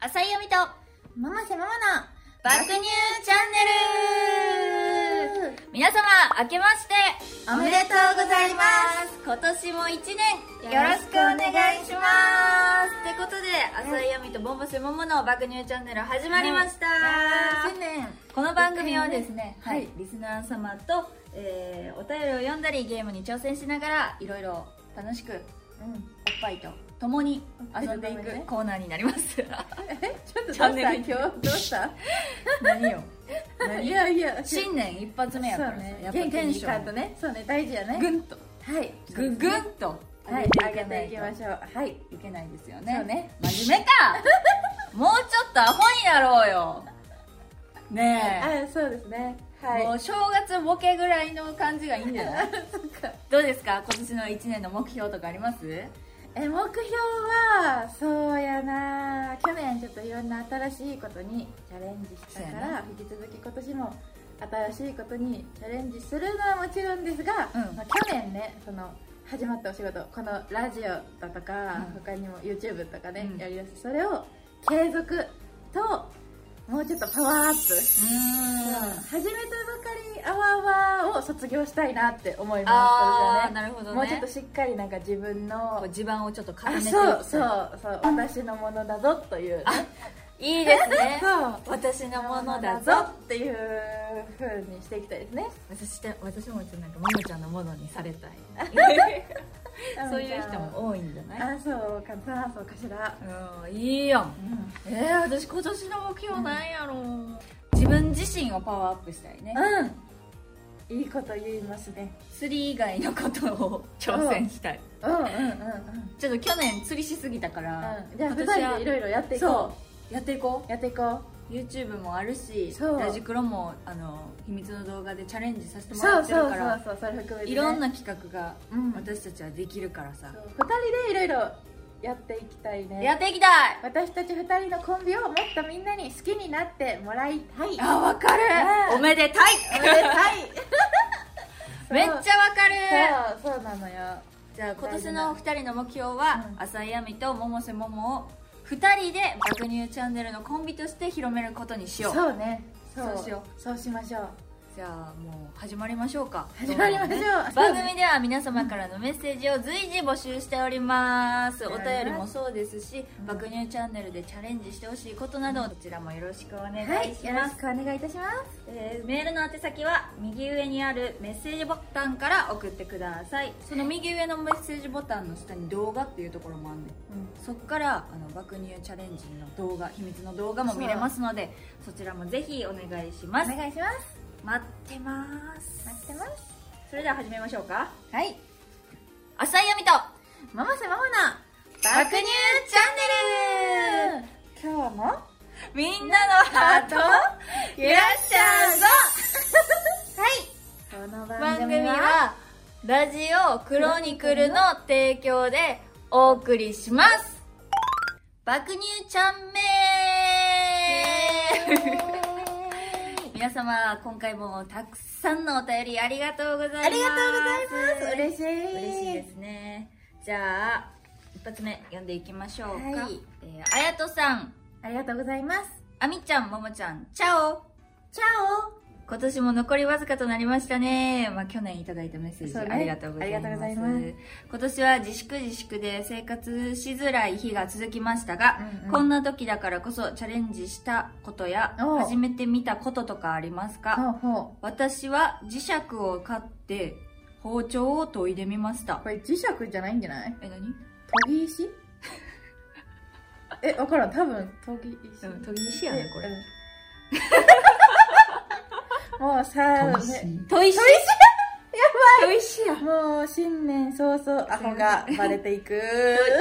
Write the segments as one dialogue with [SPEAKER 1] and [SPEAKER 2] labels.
[SPEAKER 1] 浅井亜美と
[SPEAKER 2] ママセママの
[SPEAKER 1] 爆乳チャンネル皆様明けまして
[SPEAKER 2] おめでとうございます
[SPEAKER 1] 今年も一年よろしくお願いしますってことで浅井亜美とボンボスモモの爆乳チャンネル始まりました、
[SPEAKER 2] 新年
[SPEAKER 1] この番組はですね、
[SPEAKER 2] はい
[SPEAKER 1] はい、リスナー様と、えーお便りを読んだりゲームに挑戦しながらいろいろ楽しくおっ
[SPEAKER 2] うん
[SPEAKER 1] ぱいと共に遊んでい
[SPEAKER 2] おっぱいと共に
[SPEAKER 1] く
[SPEAKER 2] ね
[SPEAKER 1] コーナーになります
[SPEAKER 2] ちょっとどうし
[SPEAKER 1] チャ
[SPEAKER 2] た
[SPEAKER 1] ンネル
[SPEAKER 2] 今日どうした
[SPEAKER 1] 何よ
[SPEAKER 2] いやいや
[SPEAKER 1] 新年一発目やから
[SPEAKER 2] そう
[SPEAKER 1] さ、
[SPEAKER 2] ね
[SPEAKER 1] やっぱ
[SPEAKER 2] 元気
[SPEAKER 1] テン
[SPEAKER 2] にい
[SPEAKER 1] シ
[SPEAKER 2] かん
[SPEAKER 1] ョ
[SPEAKER 2] と
[SPEAKER 1] ン
[SPEAKER 2] ねそうね大事やね
[SPEAKER 1] グンと
[SPEAKER 2] はい
[SPEAKER 1] ググンと
[SPEAKER 2] はい
[SPEAKER 1] 上げ
[SPEAKER 2] 上げ
[SPEAKER 1] て
[SPEAKER 2] て
[SPEAKER 1] い
[SPEAKER 2] い
[SPEAKER 1] き
[SPEAKER 2] き
[SPEAKER 1] ま
[SPEAKER 2] ま
[SPEAKER 1] し
[SPEAKER 2] し
[SPEAKER 1] ょ
[SPEAKER 2] ょうはいう
[SPEAKER 1] いけないですよ
[SPEAKER 2] そう
[SPEAKER 1] ね
[SPEAKER 2] ね
[SPEAKER 1] 真 面目かもうちょっとアホになろうよね
[SPEAKER 2] あそうですね
[SPEAKER 1] え、
[SPEAKER 2] はい
[SPEAKER 1] もう正月ボケぐらいの感じがいいんじゃない どうですか今年の1年の目標とかあります
[SPEAKER 2] え目標はそうやな去年ちょっといろんな新しいことにチャレンジしたか
[SPEAKER 1] そうや
[SPEAKER 2] ら引き続き今年も新しいことにチャレンジするのはもちろんですが、
[SPEAKER 1] うん
[SPEAKER 2] まあ、去年ねその始まったお仕事このラジオだとか、
[SPEAKER 1] うん
[SPEAKER 2] 他にも YouTube とかね、
[SPEAKER 1] うん
[SPEAKER 2] やりだすそれを継続ともうちょっとパワーアッ
[SPEAKER 1] う
[SPEAKER 2] プ、
[SPEAKER 1] ん
[SPEAKER 2] 始めたばかりあわあわを卒業したいなって思いま
[SPEAKER 1] あ
[SPEAKER 2] す
[SPEAKER 1] あ
[SPEAKER 2] 私はね
[SPEAKER 1] なるほどね
[SPEAKER 2] もうちょっとしっかりなんか自分の
[SPEAKER 1] こう地盤をちょっと固
[SPEAKER 2] あ
[SPEAKER 1] めていく
[SPEAKER 2] そうそうそう私のものだぞというね
[SPEAKER 1] いいですね
[SPEAKER 2] そう
[SPEAKER 1] 私のものだぞ
[SPEAKER 2] っていう風にしていきたいですね
[SPEAKER 1] そして私もちょっとなんかももちゃんのものにされ たいそういう人も多いんじゃない
[SPEAKER 2] あそうかなそうかしら、
[SPEAKER 1] うんいいやん
[SPEAKER 2] うん、
[SPEAKER 1] えー、私今年の目標なんやろ、自分自身をパワーアップしたいね
[SPEAKER 2] いいこと言いますね
[SPEAKER 1] 釣り以外のことを挑戦したい
[SPEAKER 2] うんうんうんうん、
[SPEAKER 1] ちょっと去年釣りしすぎたから、
[SPEAKER 2] じゃあ
[SPEAKER 1] 今
[SPEAKER 2] 2
[SPEAKER 1] 年
[SPEAKER 2] 人
[SPEAKER 1] は
[SPEAKER 2] でいろいろやっていこ
[SPEAKER 1] そううやっていこ
[SPEAKER 2] やっていこ
[SPEAKER 1] う YouTube もあるし
[SPEAKER 2] そう
[SPEAKER 1] ラジクロもあの秘密の動画でチャレンジさせて
[SPEAKER 2] う
[SPEAKER 1] も
[SPEAKER 2] そ
[SPEAKER 1] ら
[SPEAKER 2] う
[SPEAKER 1] ってる
[SPEAKER 2] そう
[SPEAKER 1] か
[SPEAKER 2] そ
[SPEAKER 1] ら
[SPEAKER 2] うそうそれ含めて、ね、
[SPEAKER 1] いろんな企画が
[SPEAKER 2] うん
[SPEAKER 1] 私たちはできるからさ
[SPEAKER 2] そ、う2人でいろいろやっていきたいね
[SPEAKER 1] やっていきたい
[SPEAKER 2] 私たち2人のコンビをもっとみんなに好きになってもらいたい
[SPEAKER 1] あわかる
[SPEAKER 2] ね
[SPEAKER 1] おめでたい
[SPEAKER 2] おめでたい
[SPEAKER 1] めっちゃわかる
[SPEAKER 2] そうそうなのよ
[SPEAKER 1] じゃあ今年のお二人の目標は、
[SPEAKER 2] うん
[SPEAKER 1] 浅井亜美と百瀬桃を二人で爆乳チャンネルのコンビとして広めることにしよう
[SPEAKER 2] そうね
[SPEAKER 1] そうしよ
[SPEAKER 2] うそうしましょう
[SPEAKER 1] じゃあもう始まりましょうか
[SPEAKER 2] 始まりましょう
[SPEAKER 1] 番組では皆様からのメッセージを随時募集しておりますお
[SPEAKER 2] お
[SPEAKER 1] 便
[SPEAKER 2] 便
[SPEAKER 1] り
[SPEAKER 2] り
[SPEAKER 1] も
[SPEAKER 2] も
[SPEAKER 1] そうですし、
[SPEAKER 2] うん
[SPEAKER 1] 爆乳チャンネルでチャレンジしてほしいことなどこちらもよろしくお願いします、
[SPEAKER 2] はいよろしくお願いいたします
[SPEAKER 1] えーメールの宛先は右上にあるメッセージボタンから送ってくださいその右上のメッセージボタンの下に動画っていうところもあんねんそっからあの爆乳チャレンジの動画秘密の動画も見れますのでそちらもぜひお願いしま
[SPEAKER 2] お
[SPEAKER 1] す
[SPEAKER 2] 願いします
[SPEAKER 1] 待ってます
[SPEAKER 2] 待ってます
[SPEAKER 1] それでは始めましょうか
[SPEAKER 2] はい
[SPEAKER 1] 浅井亜美と
[SPEAKER 2] ママせママの
[SPEAKER 1] 爆乳チャンネル
[SPEAKER 2] 今日も
[SPEAKER 1] みんなのハート いらっしゃいぞはい
[SPEAKER 2] この
[SPEAKER 1] 番組はラジオクロニクルの提供でお送りします爆乳ちゃんめ皆様今回もたくさんのお便りありがとうございます
[SPEAKER 2] ありがとうございます嬉しい
[SPEAKER 1] 嬉しいですねじゃあ一発目読んでいきましょうか、
[SPEAKER 2] はい
[SPEAKER 1] えーあやとさん
[SPEAKER 2] ありがとうございます
[SPEAKER 1] あみちゃんももちゃんチャオ
[SPEAKER 2] チャオ
[SPEAKER 1] 今年も残りわずかとなりましたね。まあ、去年いただいたメッセージ、
[SPEAKER 2] そうね
[SPEAKER 1] ありがとうございます
[SPEAKER 2] ありがとうございます
[SPEAKER 1] 今年は自粛自粛で生活しづらい日が続きましたが、
[SPEAKER 2] うんうん
[SPEAKER 1] こんな時だからこそチャレンジしたことや、
[SPEAKER 2] おう
[SPEAKER 1] 始めてみたこととかありますか
[SPEAKER 2] うほ
[SPEAKER 1] 私は磁石を買って包丁を研いでみました。
[SPEAKER 2] これ磁石じゃないんじゃない
[SPEAKER 1] え、何
[SPEAKER 2] 研ぎ 石え分からん多分研ぎ石
[SPEAKER 1] うん、研ぎ石やね、これ。
[SPEAKER 2] うん もうさね
[SPEAKER 1] 研石やばい研石や
[SPEAKER 2] もう新年早々アホがバレていく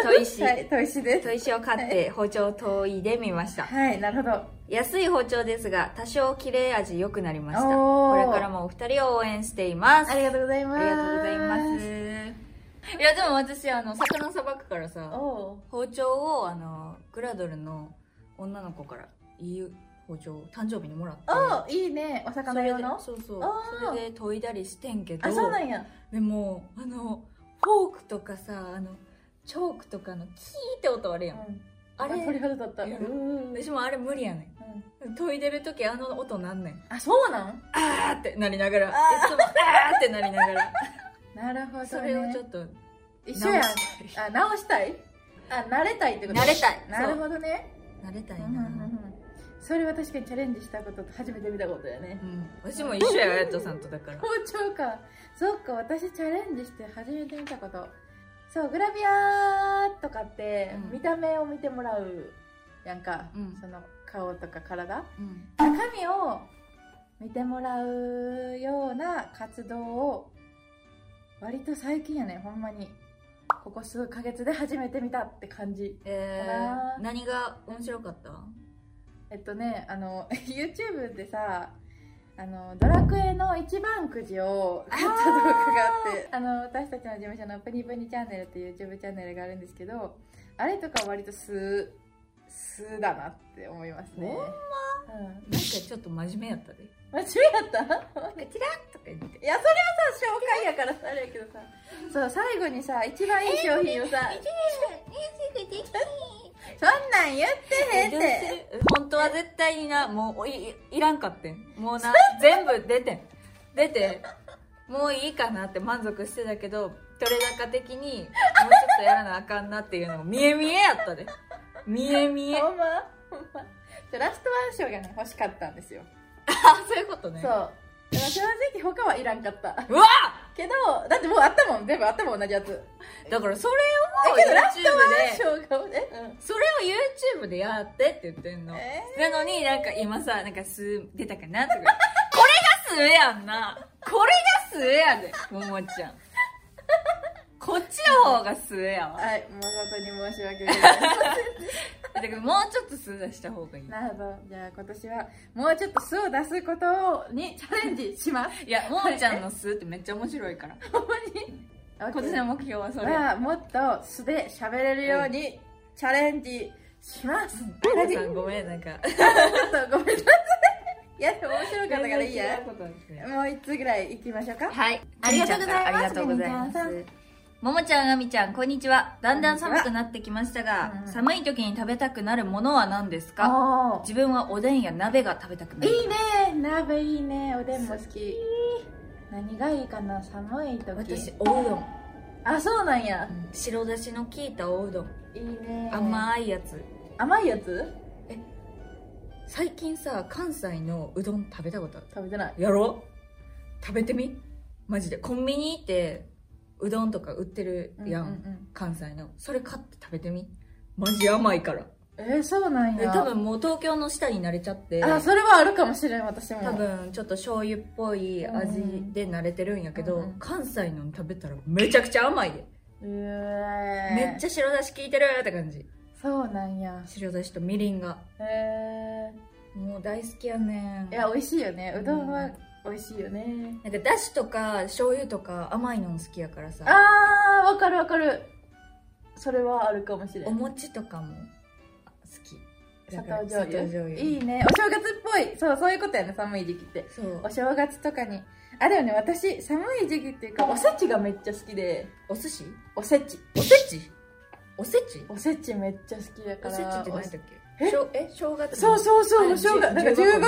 [SPEAKER 1] と砥石
[SPEAKER 2] はい砥石です
[SPEAKER 1] 砥石を買って包丁を研いでみました。
[SPEAKER 2] はいなるほど
[SPEAKER 1] 安い包丁ですが多少切れ味良くなりました
[SPEAKER 2] お
[SPEAKER 1] こ
[SPEAKER 2] ー
[SPEAKER 1] れからもお二人を応援しています
[SPEAKER 2] ありがとうございます
[SPEAKER 1] ありがとうございますいやでも私あの魚さばくからさ
[SPEAKER 2] おう
[SPEAKER 1] 包丁をあのグラドルの女の子からいい包丁を誕生日にもらって
[SPEAKER 2] おういいねお
[SPEAKER 1] そ
[SPEAKER 2] 魚
[SPEAKER 1] れ
[SPEAKER 2] 用
[SPEAKER 1] で
[SPEAKER 2] の
[SPEAKER 1] そうそう
[SPEAKER 2] あー
[SPEAKER 1] それで研いだりしてんけど
[SPEAKER 2] あそうなんや
[SPEAKER 1] でもあのフォークとかさあのチョークとかのキーって音あるやん、
[SPEAKER 2] うん
[SPEAKER 1] あれ
[SPEAKER 2] 鳥肌立った
[SPEAKER 1] いや
[SPEAKER 2] うん
[SPEAKER 1] 私もあれ無理やねん研いでる時あの音なんねん
[SPEAKER 2] あそうなん
[SPEAKER 1] あーってなりながらい
[SPEAKER 2] あ
[SPEAKER 1] つもあーってなりなが ら
[SPEAKER 2] なるほど、ね、
[SPEAKER 1] それをちょっと
[SPEAKER 2] 一緒やん
[SPEAKER 1] 直した
[SPEAKER 2] あ直したいあ慣れたいってこと
[SPEAKER 1] 慣れたい
[SPEAKER 2] なるほどね
[SPEAKER 1] 慣れたい
[SPEAKER 2] うん
[SPEAKER 1] な、
[SPEAKER 2] うんうんそれは確かにチャレンジしたことと初めて見たことだね
[SPEAKER 1] うん、私も一緒やあやとさんとだから
[SPEAKER 2] 包丁かそっか私チャレンジして初めて見たことそうグラビアとかって
[SPEAKER 1] うん
[SPEAKER 2] 見た目を見てもらうやんか、
[SPEAKER 1] うん
[SPEAKER 2] その顔とか体
[SPEAKER 1] うん
[SPEAKER 2] 中身を見てもらうような活動を割と最近やねほんまにここ数ヶ月で初めて見たって感じ
[SPEAKER 1] え
[SPEAKER 2] あ
[SPEAKER 1] ー、何が面白かった
[SPEAKER 2] えっとねあの YouTube でさあのドラクエの一番くじを買った動画があってあの私たちの事務所の「プニプニチャンネル」っていう YouTube チャンネルがあるんですけどあれとか割と素素だなって思いますね
[SPEAKER 1] ほん
[SPEAKER 2] ま、うん、
[SPEAKER 1] なんかちょっと真面目やったで
[SPEAKER 2] 間違えた
[SPEAKER 1] 「こちら!」とか言って
[SPEAKER 2] いやそれはさ紹介やからさあれやけどさそう最後にさ一番いい商品をさ、そんなん言ってへんって
[SPEAKER 1] 本当は絶対になもういいいらんかってんもうな全部出てん出てもういいかなって満足してたけど取れ高的にもうちょっとやらなあかんなっていうのが見え見えやったで見え見えあ
[SPEAKER 2] ほんまほんまそうラストワン賞がね欲しかったんですよ
[SPEAKER 1] そういうことね
[SPEAKER 2] そう。でも正直他はいらんかった。
[SPEAKER 1] うわ
[SPEAKER 2] けど、だってもうあったもん、全部あったもん、同じやつ。
[SPEAKER 1] だからそれ
[SPEAKER 2] だ
[SPEAKER 1] を
[SPEAKER 2] けどラス
[SPEAKER 1] YouTube
[SPEAKER 2] ト
[SPEAKER 1] で
[SPEAKER 2] ワン賞がね。
[SPEAKER 1] それを YouTube でやってって言ってん
[SPEAKER 2] う
[SPEAKER 1] の
[SPEAKER 2] ん。え
[SPEAKER 1] なのになんか今さ、なんか数出たかなと か。これが数やんな。これが数やで、ももちゃん。こっちの方が数や
[SPEAKER 2] ー
[SPEAKER 1] わ。
[SPEAKER 2] はい、誠に申し訳ないです。
[SPEAKER 1] だからもうちょっと数出した方がいい。
[SPEAKER 2] なるほど。じゃあ今年は、もうちょっと素を出すことにチャレンジし ます。
[SPEAKER 1] いや、ももちゃんの数ってめっちゃ面白いから。
[SPEAKER 2] ほんまに。
[SPEAKER 1] 今年の目標はそれ。
[SPEAKER 2] は、もっと素で喋れるようにチャレンジします。
[SPEAKER 1] あやさんごめん、なんか。
[SPEAKER 2] ちょっとごめんなさい。いや、でも面白かったからいい や。もう一つぐらい行きましょうか。
[SPEAKER 1] はい。
[SPEAKER 2] ありがとうございます
[SPEAKER 1] ありがとうございま
[SPEAKER 2] ベニちゃんさ
[SPEAKER 1] す。ももちゃん、あみちゃん、こんにちは。だんだん寒くなってきました
[SPEAKER 2] こんに
[SPEAKER 1] が
[SPEAKER 2] ち、は
[SPEAKER 1] 寒い時に食べたくなるものは何ですか
[SPEAKER 2] おー
[SPEAKER 1] 自分はおでんや鍋が食べたくなる。
[SPEAKER 2] いいね鍋いいねおでんも好き何がいいかな寒い時
[SPEAKER 1] 私、おうどん。
[SPEAKER 2] あそうなんや
[SPEAKER 1] 白だしの効いたおうどん。
[SPEAKER 2] いいね
[SPEAKER 1] 甘いやつ。
[SPEAKER 2] 甘いやつ
[SPEAKER 1] 最近さ、関西のうどん食べたことある
[SPEAKER 2] 食べてない
[SPEAKER 1] やろ食べてみマジで。コンビニ行って、うどんとか売ってるやん。
[SPEAKER 2] うんうん
[SPEAKER 1] 関西の。それ買って食べてみマジ甘いから。
[SPEAKER 2] うんえーそうなん
[SPEAKER 1] で
[SPEAKER 2] や
[SPEAKER 1] 多分もう東京の下に慣れちゃって
[SPEAKER 2] あそれはあるかもしれん私も
[SPEAKER 1] 多分ちょっと醤油っぽい味で慣れてるんやけど、
[SPEAKER 2] うんうん
[SPEAKER 1] 関西の食べたらめちゃくちゃ甘いで、めっち
[SPEAKER 2] ゃ
[SPEAKER 1] ゃ白だし効いてるって感じ
[SPEAKER 2] そうなんや
[SPEAKER 1] 白だしとみりんが
[SPEAKER 2] へ
[SPEAKER 1] もう大好きやねん
[SPEAKER 2] えいや美味しいよねうどんは美味しいよね
[SPEAKER 1] なんかだしとか醤油とか甘いのも好きやからさ
[SPEAKER 2] あーわかるわかるそれはあるかもしれ
[SPEAKER 1] お
[SPEAKER 2] ん
[SPEAKER 1] 餅とかも好き
[SPEAKER 2] 砂
[SPEAKER 1] だ
[SPEAKER 2] 糖
[SPEAKER 1] から
[SPEAKER 2] 醤油
[SPEAKER 1] 砂糖醤油
[SPEAKER 2] いいねお正月っぽいそうそういうことやね寒い時期って
[SPEAKER 1] そう
[SPEAKER 2] お正月とかにあでもね私寒い時期っていうかおせちがめっちゃ好きで
[SPEAKER 1] お寿司
[SPEAKER 2] おせち
[SPEAKER 1] おせちおせち
[SPEAKER 2] おせちめっちゃ好きだか
[SPEAKER 1] お
[SPEAKER 2] ら
[SPEAKER 1] せちって何だっけ
[SPEAKER 2] え
[SPEAKER 1] しょえ正月の
[SPEAKER 2] そうそうそう
[SPEAKER 1] あ
[SPEAKER 2] お正月なんか
[SPEAKER 1] じゅ15
[SPEAKER 2] 15そうそうび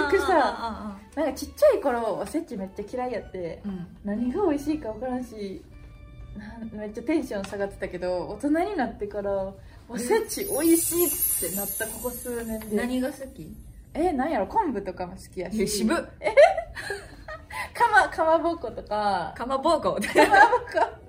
[SPEAKER 2] っくりしたな
[SPEAKER 1] あ
[SPEAKER 2] んかちっちゃい頃おせちめっちゃ嫌いやって
[SPEAKER 1] ーあーあーうん
[SPEAKER 2] 何が美味しいか分からんしなんめっちゃテンション下がってたけど大人になってからおせち美味しいってなったここ数年で
[SPEAKER 1] 何が好き
[SPEAKER 2] えなんやろ昆布とかも好きやし
[SPEAKER 1] 渋っ
[SPEAKER 2] かまかまぼっことか
[SPEAKER 1] かまぼうこ
[SPEAKER 2] かまぼっこ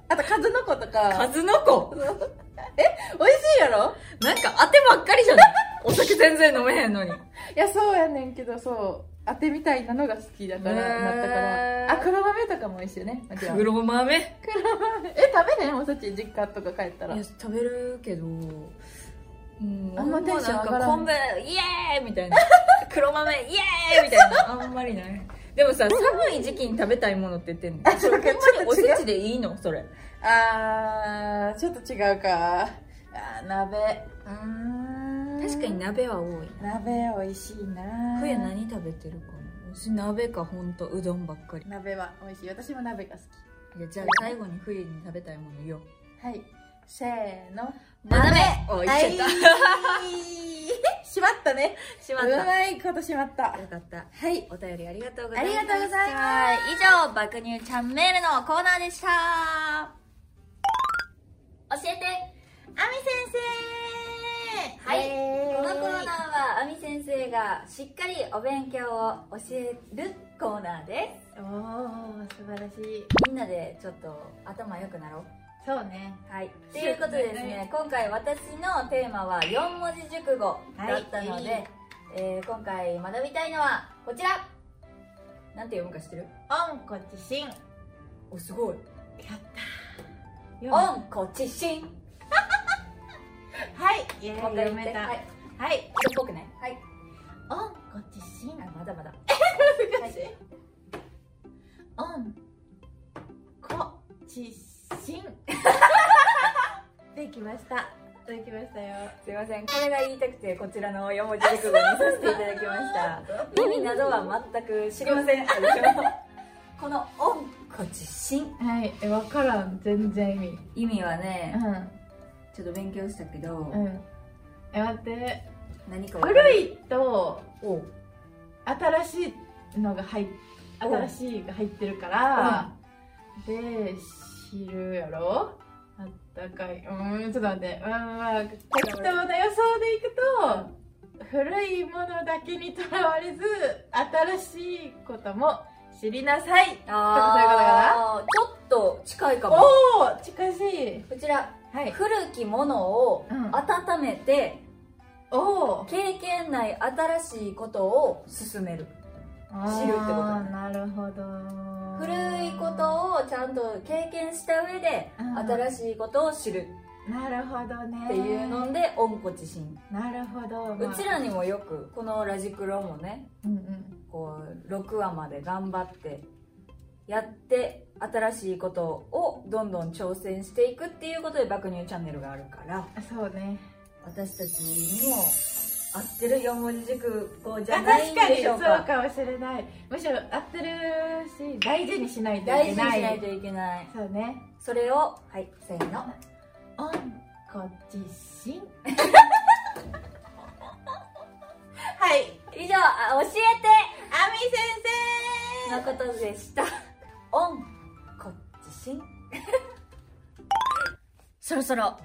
[SPEAKER 2] あと 数の子とか
[SPEAKER 1] 数の子
[SPEAKER 2] 美味しいやろ
[SPEAKER 1] なんか当てばっか りじゃないお酒全然飲めへんのに
[SPEAKER 2] いやそうやねんけどそう当てみたいなのが好きだから
[SPEAKER 1] へー
[SPEAKER 2] なったからあ黒豆とかも美味しいよねもちろん黒
[SPEAKER 1] 黒豆い
[SPEAKER 2] 豆え食べへんおせち実家とか帰ったら
[SPEAKER 1] や食べるけどうん
[SPEAKER 2] あんまテンション上がらん
[SPEAKER 1] んまなんか昆布イエーイみ たいな黒豆イエーイみたいなあんまりないでもさ寒い時期に食べたいものって言ってんの
[SPEAKER 2] あそうかちょっ
[SPEAKER 1] お
[SPEAKER 2] と
[SPEAKER 1] せ
[SPEAKER 2] 違う
[SPEAKER 1] ちでいいのそれ
[SPEAKER 2] あーちょっと違うかあー鍋うーん
[SPEAKER 1] 確かに鍋は多いな
[SPEAKER 2] 鍋美味しいな
[SPEAKER 1] 冬何食べてるかな私鍋かほんとうどんばっかり
[SPEAKER 2] 鍋は美味しい私も鍋が好き
[SPEAKER 1] いやじゃあ最後に冬に食べたいもの言おう
[SPEAKER 2] はいせーの
[SPEAKER 1] 斜めおい
[SPEAKER 2] は
[SPEAKER 1] っ
[SPEAKER 2] い
[SPEAKER 1] ちゃった
[SPEAKER 2] しまったね
[SPEAKER 1] しまっ
[SPEAKER 2] う
[SPEAKER 1] た
[SPEAKER 2] まいことしまった
[SPEAKER 1] よかった
[SPEAKER 2] はい
[SPEAKER 1] お便りありがとうございまし
[SPEAKER 2] ありがとうございま
[SPEAKER 1] 以上爆乳チャンネルのコーナーでした教えてあみ先生はい、
[SPEAKER 2] えー
[SPEAKER 1] このコーナーはあみ先生がしっかりお勉強を教えるコーナーで
[SPEAKER 2] おー素晴らしい
[SPEAKER 1] すみんなでちょっと頭良くなろう
[SPEAKER 2] そうね
[SPEAKER 1] はい、ということでですね今回私のテーマは4文字熟語だったので、
[SPEAKER 2] はい
[SPEAKER 1] えー今回学びたいのはこちらなんて読むか知ってる
[SPEAKER 2] おんこちしんやっ
[SPEAKER 1] おすごい「
[SPEAKER 2] た
[SPEAKER 1] おんこちしん」
[SPEAKER 2] はいイエーイ
[SPEAKER 1] もう一回
[SPEAKER 2] 読
[SPEAKER 1] 言っ
[SPEAKER 2] め
[SPEAKER 1] て
[SPEAKER 2] た
[SPEAKER 1] はい
[SPEAKER 2] はい
[SPEAKER 1] 人っぽくねはい
[SPEAKER 2] おんこちしん
[SPEAKER 1] あまだまだ
[SPEAKER 2] 難しいおんこちしんできましたできましたよ
[SPEAKER 1] すいませんこれが言いたくてこちらの4文字熟語にさせていただきました 意味などは全く知りません この「おんこちしん
[SPEAKER 2] はいえ分からん全然意味」
[SPEAKER 1] 意味はね
[SPEAKER 2] う
[SPEAKER 1] ちょっと勉強したけど、
[SPEAKER 2] んうんえ待って
[SPEAKER 1] 何かわからない
[SPEAKER 2] 古いと
[SPEAKER 1] お
[SPEAKER 2] 新しいのが入っ
[SPEAKER 1] うん
[SPEAKER 2] 新しいが入ってるから、で知るやろあったかいうーんちょっと待ってまあまあ適当な予想でいくと古いものだけにとらわれず新しいことも知りなさい
[SPEAKER 1] ああちょっと近いか
[SPEAKER 2] お
[SPEAKER 1] も
[SPEAKER 2] お近しい
[SPEAKER 1] こちら
[SPEAKER 2] はい
[SPEAKER 1] 古きものを
[SPEAKER 2] うん
[SPEAKER 1] 温めて、
[SPEAKER 2] おお
[SPEAKER 1] 経験ない新しいことを進める知るってことだね
[SPEAKER 2] なるほど
[SPEAKER 1] 古いことをちゃんと経験した上で
[SPEAKER 2] うん
[SPEAKER 1] 新しいことを知る
[SPEAKER 2] なるほどね
[SPEAKER 1] っていうので温故知新
[SPEAKER 2] なるほど、まあ
[SPEAKER 1] うちらにもよくこのラジクロもね
[SPEAKER 2] うんうん
[SPEAKER 1] こう6話まで頑張ってやって新しいことをどんどん挑戦していくっていうことで爆乳チャンネルがあるから
[SPEAKER 2] あそうね
[SPEAKER 1] 私たちにも合ってる四文字熟語じゃ
[SPEAKER 2] あ
[SPEAKER 1] ない
[SPEAKER 2] 確
[SPEAKER 1] ん
[SPEAKER 2] か
[SPEAKER 1] で
[SPEAKER 2] に
[SPEAKER 1] しょ
[SPEAKER 2] そう
[SPEAKER 1] うか
[SPEAKER 2] かもしれないむしろ合ってるし大事にしないとい
[SPEAKER 1] 大事
[SPEAKER 2] け
[SPEAKER 1] にし
[SPEAKER 2] ない
[SPEAKER 1] ないといけない
[SPEAKER 2] そうね
[SPEAKER 1] それをはいせーの
[SPEAKER 2] おんこちしんはい
[SPEAKER 1] 以上あ教え
[SPEAKER 2] あみ
[SPEAKER 1] て
[SPEAKER 2] 先
[SPEAKER 1] のことでしたオンこっちしん そろそろ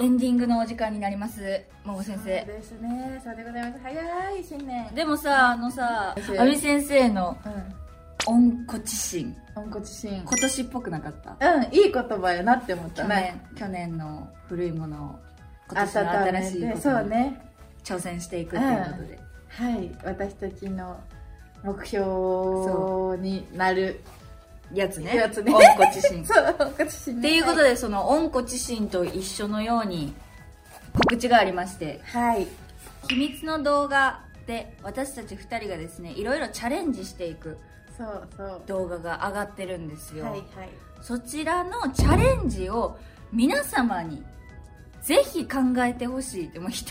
[SPEAKER 1] エンディングのお時間になりますもも先生
[SPEAKER 2] そうですねそうでございます早い新年
[SPEAKER 1] でもさあのさ
[SPEAKER 2] 先生
[SPEAKER 1] 阿部先生の「温故知新」
[SPEAKER 2] うんおんこちしん
[SPEAKER 1] 今年っぽくなかった
[SPEAKER 2] うんいい言葉やなって思った
[SPEAKER 1] 去
[SPEAKER 2] ね
[SPEAKER 1] 年去年の古いものを今年の
[SPEAKER 2] 温
[SPEAKER 1] 新
[SPEAKER 2] め
[SPEAKER 1] しい
[SPEAKER 2] て
[SPEAKER 1] こと
[SPEAKER 2] そう
[SPEAKER 1] に
[SPEAKER 2] ね
[SPEAKER 1] 挑戦していくっていうことで、
[SPEAKER 2] はい私たちの目標になる
[SPEAKER 1] やつね
[SPEAKER 2] やつね
[SPEAKER 1] 温故知 新っ
[SPEAKER 2] そうおんこちしんね
[SPEAKER 1] ていうことでその温故知新と一緒のように告知がありまして
[SPEAKER 2] はい
[SPEAKER 1] 秘密の動画で私たち2人がですねいろいろチャレンジしていく
[SPEAKER 2] そうそう
[SPEAKER 1] 動画が上がってるんですよ、
[SPEAKER 2] はいはい
[SPEAKER 1] そちらのチャレンジを皆様にぜひ考えてほしいってもう人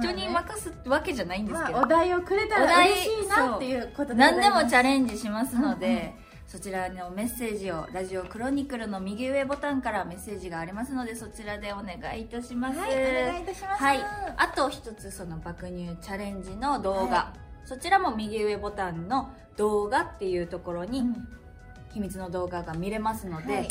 [SPEAKER 1] 人に任すわけじゃないんですけど、
[SPEAKER 2] まあ、お題をくれた
[SPEAKER 1] お
[SPEAKER 2] ら
[SPEAKER 1] 題
[SPEAKER 2] 嬉しいなっていうことござい
[SPEAKER 1] 何
[SPEAKER 2] ま
[SPEAKER 1] ですもチャレンジしますので、
[SPEAKER 2] うんうん
[SPEAKER 1] そちらのメッセージをラジオクロニクルの右上ボタンからメッセージがありますのでそちらでお願いいたします。
[SPEAKER 2] はいお願いいたします
[SPEAKER 1] はい、あと一つその爆乳チャレンジの動画、
[SPEAKER 2] は
[SPEAKER 1] そちらも右上ボタンの動画っていうところに
[SPEAKER 2] うん
[SPEAKER 1] 秘密の動画が見れますので、
[SPEAKER 2] はい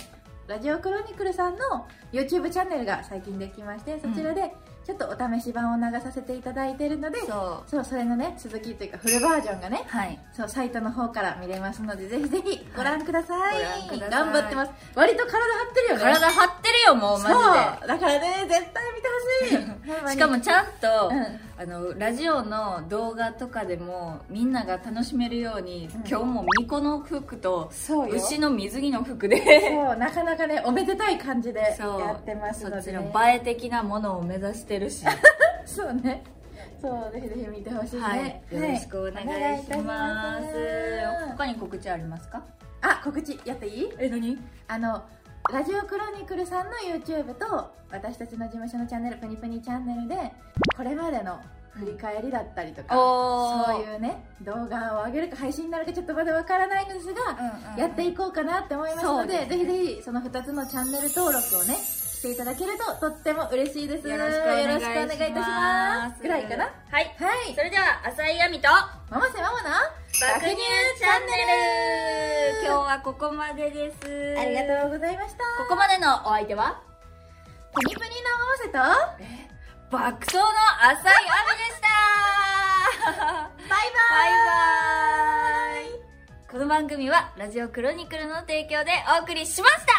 [SPEAKER 2] ラジオクロニクルさんの YouTube チャンネルが最近できましてそちらでちょっとお試し版を流させていただいているので、
[SPEAKER 1] そう
[SPEAKER 2] そうそれのね続きというかフルバージョンがね
[SPEAKER 1] はい
[SPEAKER 2] そうサイトの方から見れますのでぜひぜひご覧ください,、
[SPEAKER 1] はいご覧ください
[SPEAKER 2] 頑張ってます割と体張ってるよね
[SPEAKER 1] 体張ってるよもうマ
[SPEAKER 2] そうだからね絶対見てほしいほん
[SPEAKER 1] ジ
[SPEAKER 2] ま
[SPEAKER 1] で
[SPEAKER 2] に
[SPEAKER 1] しかもちゃんと、
[SPEAKER 2] うん
[SPEAKER 1] あのラジオの動画とかでもみんなが楽しめるように、
[SPEAKER 2] ん
[SPEAKER 1] 今日も巫女の服と
[SPEAKER 2] そうよ
[SPEAKER 1] 牛の水着の服 で
[SPEAKER 2] そうなかなかねおめでたい感じで
[SPEAKER 1] そう
[SPEAKER 2] やってますの
[SPEAKER 1] そっち
[SPEAKER 2] で、
[SPEAKER 1] の
[SPEAKER 2] ね、
[SPEAKER 1] 映え的なものを目指して るし
[SPEAKER 2] そうねそうぜひぜひ見てほしいね、
[SPEAKER 1] はいよろしくお願いしま
[SPEAKER 2] お
[SPEAKER 1] す,、
[SPEAKER 2] 願いいたします
[SPEAKER 1] 他に告知ありますか
[SPEAKER 2] あ告知やっていい
[SPEAKER 1] え何
[SPEAKER 2] あのラジオクロニクルさんの YouTube と私たちの事務所のチャンネルプニプニチャンネルでこれまでの振り返りだったりとか、
[SPEAKER 1] おー
[SPEAKER 2] そういうね動画を上げるか配信になるかちょっとまだわからないのですが、やってい
[SPEAKER 1] く
[SPEAKER 2] こうかなって思いますので
[SPEAKER 1] そうですね
[SPEAKER 2] ぜひぜひその2つのチャンネル登録をねししていただけるととっても嬉しいです
[SPEAKER 1] よろしくお願いします
[SPEAKER 2] よろしくお願いいたしますぐらいかなは
[SPEAKER 1] はい
[SPEAKER 2] い
[SPEAKER 1] それでは浅井亜美と
[SPEAKER 2] ママせママな
[SPEAKER 1] 爆乳チャンネル今日はここまでです
[SPEAKER 2] ありがとうございました
[SPEAKER 1] ここまでのお相手は
[SPEAKER 2] プニプニのママせと
[SPEAKER 1] 爆走の浅井亜美でした
[SPEAKER 2] バイバ
[SPEAKER 1] バイバイこの番組はラジオクロニクルの提供でお送りしました